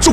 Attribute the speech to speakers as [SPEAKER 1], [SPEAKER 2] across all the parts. [SPEAKER 1] 足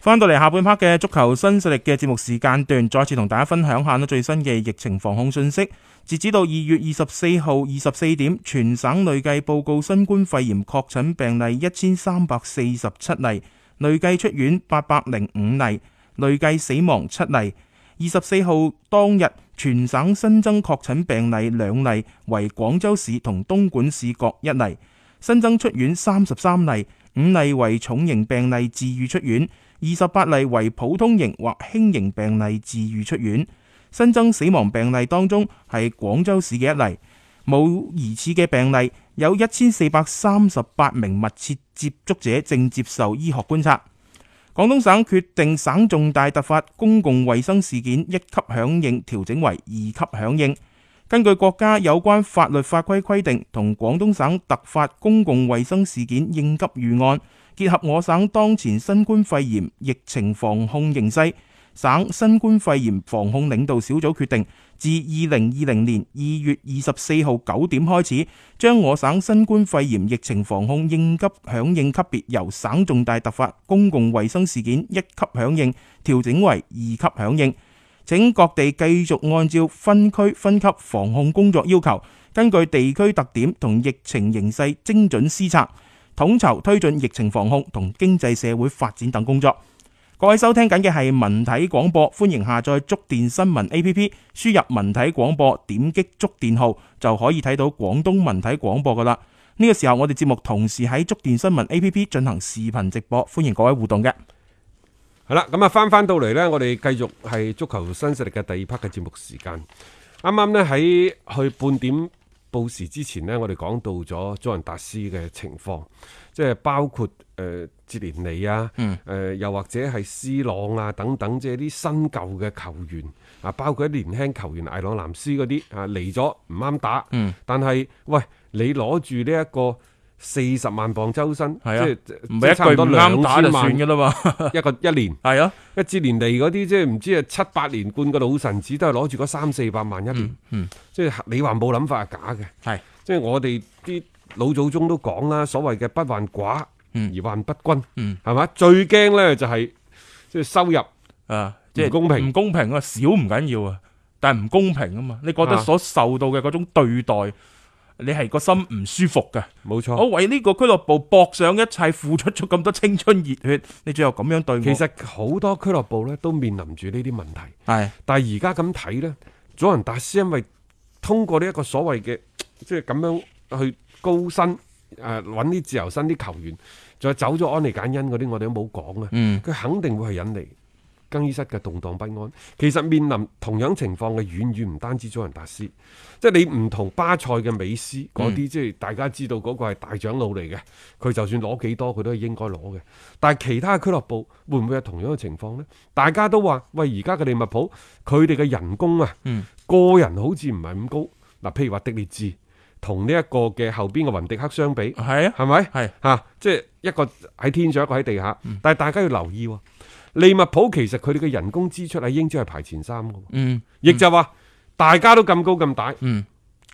[SPEAKER 2] 翻到嚟下半 part 嘅足球新勢力嘅節目時間段，再次同大家分享下咧最新嘅疫情防控信息。截止到二月二十四號二十四點，全省累計報告新冠肺炎確診病例一千三百四十七例，累計出院八百零五例，累計死亡七例。二十四號當日，全省新增確診病例兩例，為廣州市同東莞市各一例。新增出院三十三例，五例為重型病例治愈出院，二十八例為普通型或輕型病例治愈出院。新增死亡病例當中係廣州市嘅一例，冇疑似嘅病例，有一千四百三十八名密切接觸者正接受醫學觀察。廣東省決定省重大突發公共衛生事件一級響應調整為二級響應。根據國家有關法律法規規定同廣東省突發公共衛生事件應急預案，結合我省當前新冠肺炎疫情防控形勢，省新冠肺炎防控領導小組決定，自二零二零年二月二十四號九點開始，將我省新冠肺炎疫情防控應急響應級別由省重大突發公共衛生事件一級響應調整為二級響應。請各地繼續按照分區分級防控工作要求，根據地區特點同疫情形勢精準施策，統籌推進疫情防控同經濟社會發展等工作。各位收聽緊嘅係文體廣播，歡迎下載觸電新聞 A P P，輸入文體廣播，點擊觸電號就可以睇到廣東文體廣播噶啦。呢個時候我哋節目同時喺觸電新聞 A P P 進行視頻直播，歡迎各位互動嘅。
[SPEAKER 3] 好啦，咁啊，翻翻到嚟呢，我哋繼續係足球新勢力嘅第二 part 嘅節目時間。啱啱呢，喺去半點報時之前呢，我哋講到咗佐仁達斯嘅情況，即係包括誒哲連尼啊，
[SPEAKER 2] 嗯
[SPEAKER 3] 誒、呃、又或者係 C 朗啊等等，即係啲新舊嘅球員啊，包括啲年輕球員艾朗藍斯嗰啲啊嚟咗唔啱打，
[SPEAKER 2] 嗯
[SPEAKER 3] 但係喂你攞住呢一個四十萬磅周薪，
[SPEAKER 2] 係啊
[SPEAKER 3] 即係
[SPEAKER 2] 唔
[SPEAKER 3] 即
[SPEAKER 2] 係
[SPEAKER 3] 係
[SPEAKER 2] 一
[SPEAKER 3] 差唔
[SPEAKER 2] 句
[SPEAKER 3] 多
[SPEAKER 2] 唔啱打就
[SPEAKER 3] 2000萬
[SPEAKER 2] 算噶啦嘛，
[SPEAKER 3] 一個一年。
[SPEAKER 2] 係啊，
[SPEAKER 3] 一至連嚟嗰啲，即係唔知啊七八連冠嘅老臣子都係攞住嗰三四百萬一年，即係你話冇諗法係假嘅。
[SPEAKER 2] 嗯係
[SPEAKER 3] 即係我哋啲老祖宗都講啦，所謂嘅不患寡而患不均，
[SPEAKER 2] 嗯
[SPEAKER 3] 係嘛、最驚咧就係即係收入
[SPEAKER 2] 啊，即係
[SPEAKER 3] 唔公平
[SPEAKER 2] 唔公平啊，少唔緊要啊，但係唔公平啊嘛，你覺得
[SPEAKER 3] 啊
[SPEAKER 2] 所受到嘅嗰種對待，你係個心唔舒服嘅。
[SPEAKER 3] 冇錯。
[SPEAKER 2] 我為呢個俱樂部搏上一切，付出咗咁多青春熱血，你最後咁樣對我，
[SPEAKER 3] 其實好多俱樂部咧都面臨住呢啲問題，
[SPEAKER 2] 係
[SPEAKER 3] 但係而家咁睇咧，佐仁達斯因為通過呢一個所謂嘅即係咁樣去高薪誒揾啲自由身啲球員，再走咗安利簡恩嗰啲，我哋都冇講啊。
[SPEAKER 2] 嗯
[SPEAKER 3] 佢肯定會係引嚟更衣室嘅動盪不安。其實面臨同樣情況嘅遠遠唔單止佐仁達斯，即係你唔同巴塞嘅美斯嗰
[SPEAKER 2] 嗯
[SPEAKER 3] 啲，即係大家知道嗰個係大長老嚟嘅，佢就算攞幾多，佢都係應該攞嘅。但係其他嘅俱樂部會唔會有同樣嘅情況呢？大家都話喂，而家嘅利物浦佢哋嘅人工啊，
[SPEAKER 2] 嗯
[SPEAKER 3] 個人好似唔係咁高。嗱，譬如話迪列治同呢一個嘅後邊嘅雲迪克相比，
[SPEAKER 2] 係啊，
[SPEAKER 3] 係咪？
[SPEAKER 2] 係嗯
[SPEAKER 3] 嚇、即係一個喺天上，一個喺地下。但係大家要留意喎，利物浦其實佢哋嘅人工支出喺英超係排前三嘅喎，
[SPEAKER 2] 嗯
[SPEAKER 3] 亦就話大家都咁高咁大，
[SPEAKER 2] 嗯，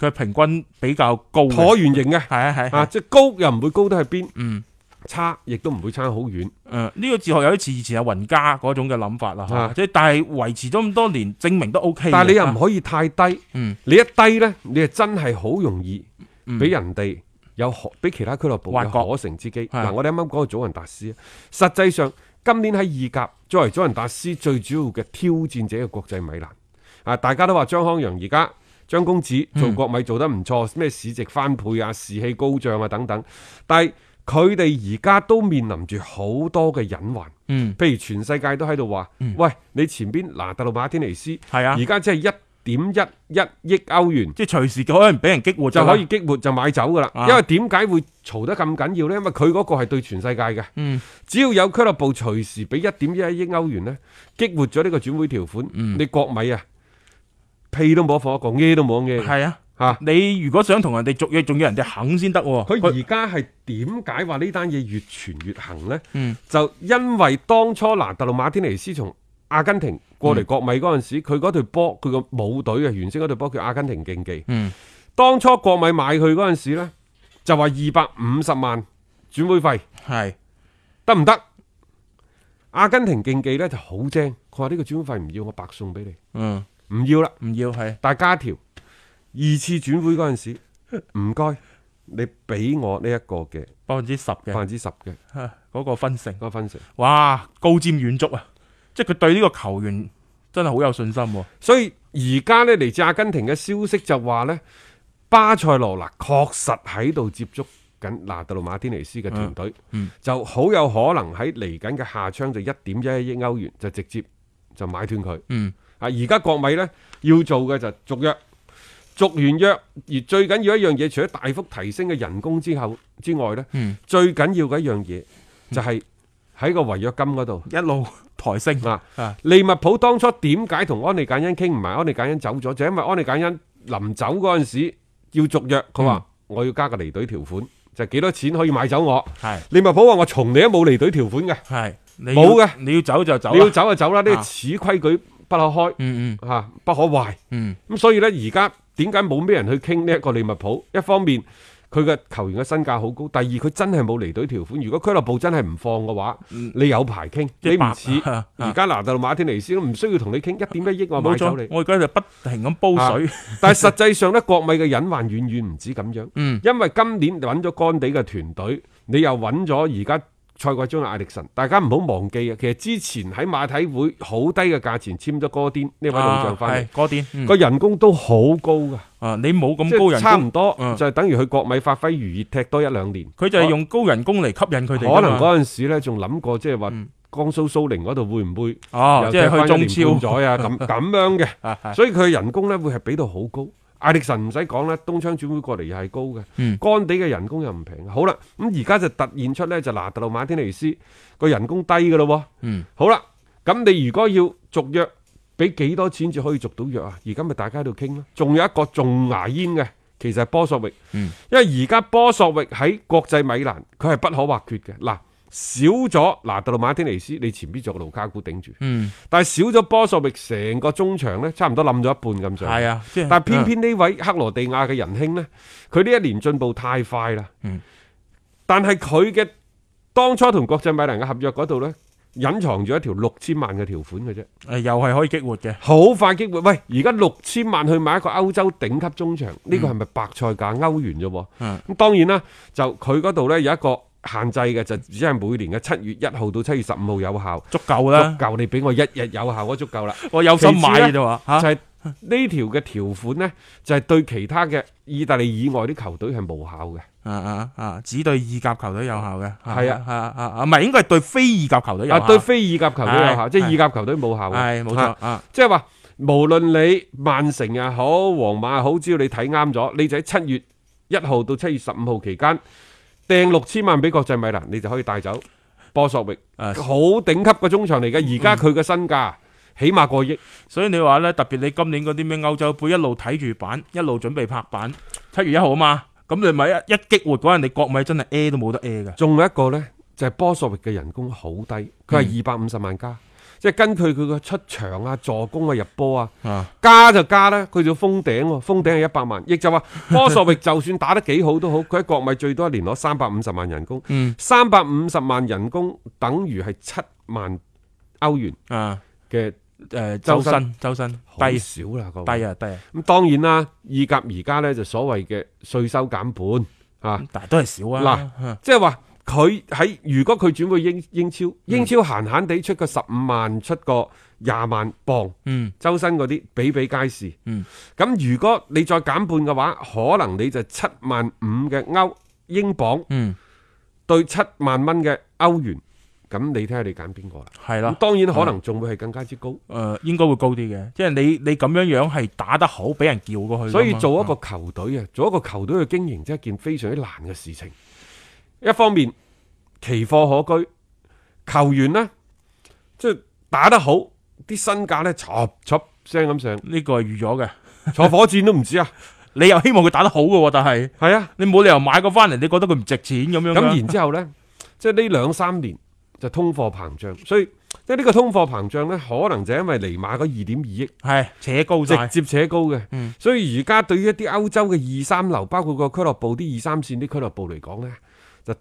[SPEAKER 2] 佢係平均比較高嘅，
[SPEAKER 3] 橢圓形嘅
[SPEAKER 2] 係啊係
[SPEAKER 3] 啊，
[SPEAKER 2] 啊，
[SPEAKER 3] 即係高又唔會高得去邊，
[SPEAKER 2] 嗯
[SPEAKER 3] 差亦都唔會差好遠。
[SPEAKER 2] 誒嗯呢個哲學有啲似以前阿雲家嗰種嘅諗法啦，嚇
[SPEAKER 3] 啊
[SPEAKER 2] 即係但係維持咗咁多年，證明都 O K。
[SPEAKER 3] 但係你又唔可以太低，
[SPEAKER 2] 嗯
[SPEAKER 3] 你一低呢，你係真係好容易
[SPEAKER 2] 嗯
[SPEAKER 3] 俾人哋有可俾其他俱樂部
[SPEAKER 2] 挖
[SPEAKER 3] 有
[SPEAKER 2] 角
[SPEAKER 3] 可乘之機。
[SPEAKER 2] 係
[SPEAKER 3] 嗱，我哋啱啱講嘅祖雲達斯，啊實際上今年喺意甲作為祖雲達斯最主要嘅挑戰者嘅國際米蘭啊，大家都話張康陽而家。張
[SPEAKER 2] 嗯
[SPEAKER 3] 公子做國米做得唔錯，咩市值翻倍啊、士氣高漲啊等等，但係佢哋而家都面臨住好多嘅隱患。
[SPEAKER 2] 嗯，
[SPEAKER 3] 譬如全世界都喺度話：，喂，你前邊嗱，特魯馬天尼斯，
[SPEAKER 2] 係啊
[SPEAKER 3] 而家即係一點一一億歐元。
[SPEAKER 2] 即係隨時可能俾人激活
[SPEAKER 3] 就
[SPEAKER 2] 㗎啦
[SPEAKER 3] 可以激活就買走噶啦，
[SPEAKER 2] 啊
[SPEAKER 3] 因為點解會嘈得咁緊要呢？因為佢嗰個係對全世界嘅，
[SPEAKER 2] 嗯
[SPEAKER 3] 只要有俱樂部隨時俾一點一億歐元呢，激活咗呢個轉會條款，
[SPEAKER 2] 嗯
[SPEAKER 3] 你國米啊屁都冇得放一個，咩都冇得嘅
[SPEAKER 2] 係啊。
[SPEAKER 3] 嚇。
[SPEAKER 2] 你如果想同人哋續約，仲要人哋肯先得喎。
[SPEAKER 3] 佢而家係點解話呢單嘢越傳越行呢？
[SPEAKER 2] 嗯
[SPEAKER 3] 就因為當初嗱，特魯馬天尼斯從阿根廷過嚟國米嗰陣時，佢嗰隊波佢個母隊啊，原先嗰隊波叫阿根廷競技。
[SPEAKER 2] 嗯
[SPEAKER 3] 當初國米買佢嗰陣時呢，就話二百五十萬轉會費
[SPEAKER 2] 係
[SPEAKER 3] 得唔得？阿根廷競技呢就好精，佢話呢個轉會費唔要，我白送俾你，
[SPEAKER 2] 嗯
[SPEAKER 3] 唔要啦。
[SPEAKER 2] 唔要係
[SPEAKER 3] 但係加條二次轉會嗰陣時，唔該你俾我呢一個嘅
[SPEAKER 2] 百分之十
[SPEAKER 3] 百
[SPEAKER 2] 嘅
[SPEAKER 3] 分之十嘅
[SPEAKER 2] 嗰個分成
[SPEAKER 3] 嗰，個分成。
[SPEAKER 2] 哇高瞻遠矚啊！即係佢對呢個球員真係好有信心喎。
[SPEAKER 3] 所以而家呢，嚟自阿根廷嘅消息就話呢，巴塞羅那確實喺度接觸緊拿特魯馬天尼斯
[SPEAKER 2] 嗯
[SPEAKER 3] 嘅團隊，就好有可能喺嚟緊嘅下窗就一點一一億歐元就直接就買斷佢。
[SPEAKER 2] 嗯
[SPEAKER 3] 啊，而家國米呢，要做嘅就續約。續完約，而最緊要一樣嘢，除咗大幅提升嘅人工之後之外呢，
[SPEAKER 2] 嗯
[SPEAKER 3] 最緊要嘅一樣嘢就係喺個違約金嗰度
[SPEAKER 2] 一路抬升
[SPEAKER 3] 嗱，
[SPEAKER 2] 啊
[SPEAKER 3] 利物浦當初點解同安利簡恩傾唔埋？安利簡恩走咗，就因為安利簡恩臨走嗰陣時要續約，佢話
[SPEAKER 2] 嗯
[SPEAKER 3] 我要加個離隊條款，就係幾多錢可以買走我。
[SPEAKER 2] 係
[SPEAKER 3] 利物浦話我從嚟都冇離隊條款嘅，
[SPEAKER 2] 係你
[SPEAKER 3] 冇
[SPEAKER 2] 要
[SPEAKER 3] 嘅
[SPEAKER 2] 你要走就走啦
[SPEAKER 3] 你要走就走啦，呢
[SPEAKER 2] 啊
[SPEAKER 3] 個此規矩不可開
[SPEAKER 2] 嗯 嗯
[SPEAKER 3] 嚇、啊不可壞。
[SPEAKER 2] 嗯
[SPEAKER 3] 咁所以呢，而家點解冇咩人去傾呢一個利物浦？一方面佢嘅球員嘅身價好高，第二佢真係冇離隊條款。如果俱樂部真係唔放嘅話，你有排傾。
[SPEAKER 2] 嗯即係
[SPEAKER 3] 你唔
[SPEAKER 2] 白
[SPEAKER 3] 似而家拿到馬天尼斯都唔需要同你傾一點一億，我買
[SPEAKER 2] 冇
[SPEAKER 3] 走
[SPEAKER 2] 錯
[SPEAKER 3] 你。
[SPEAKER 2] 我而家就不停咁煲水，
[SPEAKER 3] 但係實際上呢，國米嘅隱患遠遠唔止咁樣，
[SPEAKER 2] 嗯
[SPEAKER 3] 因為今年揾咗干地嘅團隊，你又揾咗而家。賽季中嘅艾力神，大家唔好忘記啊！其實之前喺馬體會好低嘅價錢簽咗哥甸呢位老將翻
[SPEAKER 2] 係嗰啲嗯
[SPEAKER 3] 嚟，個人工都好高㗎。
[SPEAKER 2] 啊，你冇
[SPEAKER 3] 即
[SPEAKER 2] 咁
[SPEAKER 3] 係
[SPEAKER 2] 高人
[SPEAKER 3] 差
[SPEAKER 2] 工
[SPEAKER 3] 唔。多，
[SPEAKER 2] 嗯
[SPEAKER 3] 就係等於去國米發揮餘熱，踢多一兩年。
[SPEAKER 2] 佢就係用高人工嚟吸引佢哋㗎嘛。
[SPEAKER 3] 可能嗰陣時咧，仲諗過即係話
[SPEAKER 2] 嗯
[SPEAKER 3] 江蘇蘇寧嗰度會唔會
[SPEAKER 2] 哦，
[SPEAKER 3] 又
[SPEAKER 2] 即係
[SPEAKER 3] 踢返一
[SPEAKER 2] 去
[SPEAKER 3] 年
[SPEAKER 2] 中
[SPEAKER 3] 半
[SPEAKER 2] 超
[SPEAKER 3] 載啊？咁咁樣嘅，
[SPEAKER 2] 啊， 係
[SPEAKER 3] 所以佢嘅人工咧會係俾到好高。艾力神唔使講啦，東窗轉會過嚟又係高嘅，
[SPEAKER 2] 嗯
[SPEAKER 3] 干地嘅人工又唔平。好啦，咁而家就突現出咧就拿特魯馬天尼斯個人工低嘅咯喎。
[SPEAKER 2] 嗯
[SPEAKER 3] 好啦，咁你如果要續約，俾幾多錢至可以續到約啊？而家咪大家喺度傾咯。仲有一個仲牙煙嘅，其實係波索域，
[SPEAKER 2] 嗯
[SPEAKER 3] 因為而家波索域喺國際米蘭，佢係不可或缺嘅。嗱，少咗嗱特魯馬天尼斯，你前邊做個盧卡古頂住，
[SPEAKER 2] 嗯，
[SPEAKER 3] 但係少咗波索域，成個中場呢，差唔多冧咗一半咁上下。
[SPEAKER 2] 係啊，即係
[SPEAKER 3] 但偏偏呢位克羅地亞嘅仁兄呢，佢呢一年進步太快啦。
[SPEAKER 2] 嗯
[SPEAKER 3] 但係佢嘅當初同國際米蘭嘅合約嗰度呢，隱藏住一條六千萬嘅條款嘅啫，
[SPEAKER 2] 誒又係可以激活嘅，
[SPEAKER 3] 好快激活。喂，而家六千萬去買一個歐洲頂級中場，呢個係咪白菜價歐元啫？喎？
[SPEAKER 2] 嗯
[SPEAKER 3] 咁當然啦，就佢嗰度呢有一個限制嘅，就只係每年嘅七月一號到七月十五號有效，
[SPEAKER 2] 足夠
[SPEAKER 3] 足
[SPEAKER 2] 啦。
[SPEAKER 3] 夠你俾我一日有效，我足夠啦。
[SPEAKER 2] 我有心
[SPEAKER 3] 其次
[SPEAKER 2] 買
[SPEAKER 3] 呢
[SPEAKER 2] 嘅就話嚇，
[SPEAKER 3] 就係呢條嘅條款呢，就係、對其他嘅意大利以外啲球隊係無效嘅。
[SPEAKER 2] 啊啊啊，只對意甲球隊有效嘅，
[SPEAKER 3] 係啊
[SPEAKER 2] 啊啊啊，唔係應該係對非意甲球隊有
[SPEAKER 3] 啊，
[SPEAKER 2] 效，
[SPEAKER 3] 對非意甲球隊有效，
[SPEAKER 2] 係
[SPEAKER 3] 即係意甲球隊冇效嘅。
[SPEAKER 2] 係冇錯
[SPEAKER 3] 啊
[SPEAKER 2] 啊，
[SPEAKER 3] 即係話無論你曼城又好，皇馬又好，只要你睇啱咗，你就喺七月一號到七月十五號期間掟六千萬俾國際米蘭，你就可以帶走波索域，
[SPEAKER 2] 啊
[SPEAKER 3] 好頂級嘅中場嚟嘅。而家佢嘅身價起碼過億，
[SPEAKER 2] 嗯所以你話咧，特別你今年嗰啲咩歐洲杯一路睇住板，一路準備拍板，七月一號啊嘛，咁你咪一一激活嗰陣，你國米真係 A 都冇得呃 A 嘅，
[SPEAKER 3] 仲有一個呢，就係、波索域嘅人工好低，佢
[SPEAKER 2] 嗯
[SPEAKER 3] 係二百五十萬加。即係根據佢嘅出場啊、助攻啊、入波啊，
[SPEAKER 2] 啊
[SPEAKER 3] 加就加啦，佢就封頂喎，封頂係一百萬，亦 就話科索域就算打得幾好都好，佢喺國米最多一年攞三百五十萬人工
[SPEAKER 2] 嗯，
[SPEAKER 3] 三百五十萬人工等於係七萬歐元
[SPEAKER 2] 啊
[SPEAKER 3] 嘅，呃
[SPEAKER 2] 誒周
[SPEAKER 3] 周
[SPEAKER 2] 薪周薪
[SPEAKER 3] 好
[SPEAKER 2] 低
[SPEAKER 3] 少啦，各位。
[SPEAKER 2] 低啊低啊，
[SPEAKER 3] 咁當然啦，意甲而家呢就所謂嘅税收減半啊，
[SPEAKER 2] 但係都係少啊，
[SPEAKER 3] 嗱
[SPEAKER 2] 啊
[SPEAKER 3] 即係話佢喺如果佢轉會英英超，英超閒閒地出個十五萬，出個廿萬磅。
[SPEAKER 2] 嗯
[SPEAKER 3] 周身嗰啲比比皆是。
[SPEAKER 2] 嗯，
[SPEAKER 3] 咁如果你再減半嘅話，可能你就七萬五嘅歐英鎊
[SPEAKER 2] 嗯
[SPEAKER 3] 對七萬蚊嘅歐元，咁你睇下你揀邊個啦。
[SPEAKER 2] 係啦
[SPEAKER 3] 咁當然可能仲會係更加之高，
[SPEAKER 2] 誒、應該會高啲嘅，即係你你咁樣樣係打得好，俾人叫過去㗎嘛。啊
[SPEAKER 3] 所以做一個球隊啊，做一個球隊嘅經營，真係一件非常之難嘅事情。一方面奇貨可居，球員呢，即係打得好，啲身價呢，嚓嚓聲 咁上，
[SPEAKER 2] 呢個係預咗嘅，
[SPEAKER 3] 坐火箭都唔止啊，
[SPEAKER 2] 你又希望佢打得好嘅喎，但係
[SPEAKER 3] 係啊。
[SPEAKER 2] 你冇理由買個翻嚟，你覺得佢唔值錢咁樣㗎。
[SPEAKER 3] 咁然之後呢，即係呢兩三年就通貨膨脹，所以即係呢個通貨膨脹呢，可能就因為尼馬嗰二點二億
[SPEAKER 2] 係扯高晒，
[SPEAKER 3] 直接扯高嘅，
[SPEAKER 2] 嗯
[SPEAKER 3] 所以而家對於一啲歐洲嘅二三流，包括個俱樂部啲二三線啲俱樂部嚟講呢，就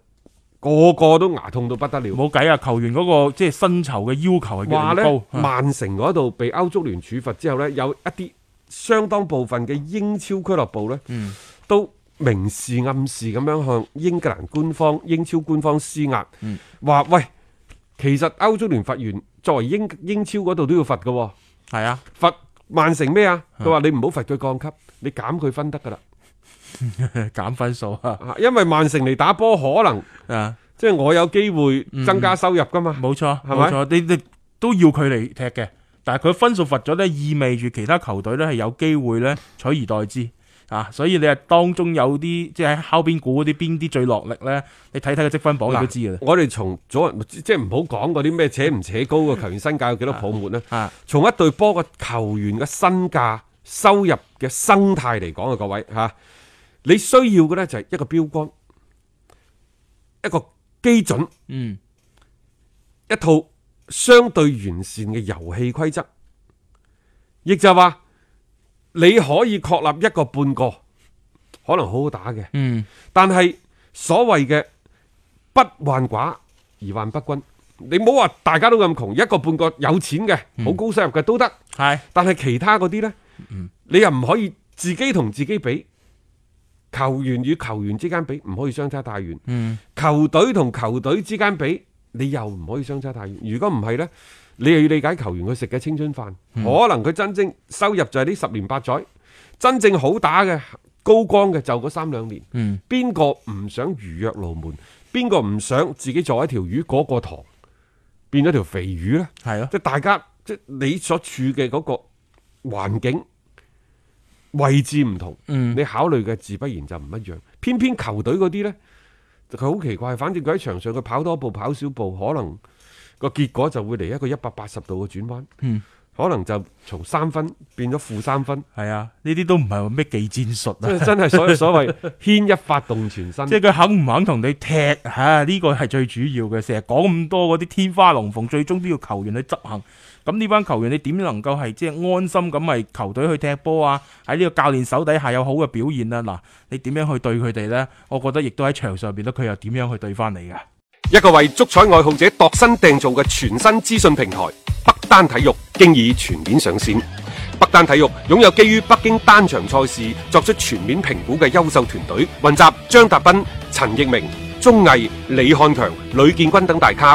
[SPEAKER 3] 個個都牙痛到不得了。
[SPEAKER 2] 冇計啊！球員嗰、個即係薪酬嘅要求係越
[SPEAKER 3] 話
[SPEAKER 2] 嚟越
[SPEAKER 3] 呢，
[SPEAKER 2] 高。啊
[SPEAKER 3] 曼城嗰度被歐足聯處罰之後呢，有一啲相當部分嘅英超俱樂部呢，
[SPEAKER 2] 嗯
[SPEAKER 3] 都明示暗示咁樣向英格蘭官方、英超官方施壓，
[SPEAKER 2] 嗯
[SPEAKER 3] 話、喂，其實歐足聯罰完，作為英英超嗰度都要罰嘅、喎。
[SPEAKER 2] 係啊，
[SPEAKER 3] 罰曼城咩啊？佢話你唔好罰佢降級，你減佢分得㗎啦。
[SPEAKER 2] 減分數啊，
[SPEAKER 3] 啊因為曼城嚟打波可能
[SPEAKER 2] 啊，
[SPEAKER 3] 即係我有機會增加收入㗎嘛。
[SPEAKER 2] 冇錯，
[SPEAKER 3] 係
[SPEAKER 2] 冇
[SPEAKER 3] 咪
[SPEAKER 2] 錯，你你都要佢嚟踢嘅，但係佢分數罰咗呢，意味住其他球隊呢係有機會呢取而代之啊，所以你係當中有啲即係喺敲邊鼓嗰啲邊啲最落力呢，你睇睇個積分榜你
[SPEAKER 3] 嗱
[SPEAKER 2] 都知㗎啦。
[SPEAKER 3] 我哋從左即係唔好講嗰啲咩扯唔扯高個球員身價有幾多泡沫呢？
[SPEAKER 2] 啊，
[SPEAKER 3] 從一隊波個球員嘅身價、收入嘅生態嚟講啊，各位嚇、你需要嘅呢就係一個標杆、一個基準、
[SPEAKER 2] 嗯，
[SPEAKER 3] 一套相對完善嘅遊戲規則，亦就話你可以確立一個半個，可能好好打嘅，
[SPEAKER 2] 嗯，
[SPEAKER 3] 但係所謂嘅不患寡而患不均，你唔好話大家都咁窮，一個半個有錢嘅，好高收入嘅都得。
[SPEAKER 2] 嗯係嗯
[SPEAKER 3] 但係其他嗰啲呢，你又唔可以自己同自己比，球員與球員之間比唔可以相差太遠，
[SPEAKER 2] 嗯
[SPEAKER 3] 球隊同球隊之間比你又唔可以相差太遠。如果唔係呢，你又要理解球員佢食嘅青春飯，
[SPEAKER 2] 嗯
[SPEAKER 3] 可能佢真正收入就係呢十年八載，真正好打嘅高光嘅就嗰三兩年。
[SPEAKER 2] 嗯，
[SPEAKER 3] 邊個唔想魚躍龍門？邊個唔想自己做一條魚嗰、個塘變咗條肥魚呢？
[SPEAKER 2] 係咯，
[SPEAKER 3] 即係大家即係你所處嘅嗰個環境位置唔同，
[SPEAKER 2] 嗯
[SPEAKER 3] 你考慮嘅自不然就唔一樣。偏偏球隊嗰啲呢，佢好奇怪，反正佢喺場上佢跑多步跑少步，可能個結果就會嚟一個一百八十度嘅轉彎，
[SPEAKER 2] 嗯
[SPEAKER 3] 可能就從三分變咗負三分，
[SPEAKER 2] 係啊，呢啲都唔係話咩技戰術
[SPEAKER 3] 即
[SPEAKER 2] 啊。
[SPEAKER 3] 係真係所所謂 牽一發動全身。
[SPEAKER 2] 即係佢肯唔肯同你踢吓，呢個係最主要嘅。成日講咁多嗰啲天花龍鳳，最終都要球員去執行。咁呢班球員你點能夠係即係安心咁係球隊去踢波啊？喺呢個教練手底下有好嘅表現啊！嗱，你點樣去對佢哋呢？我覺得亦都喺場上邊咧，佢又點樣去對翻你嘅？
[SPEAKER 3] 一個為足彩愛好者度身訂造嘅全新資訊平台北單體育，經已全面上線。北單體育擁有基於北京單場賽事作出全面評估嘅優秀團隊，雲集張達斌、陳奕明、鐘毅、李漢強、呂建軍等大咖，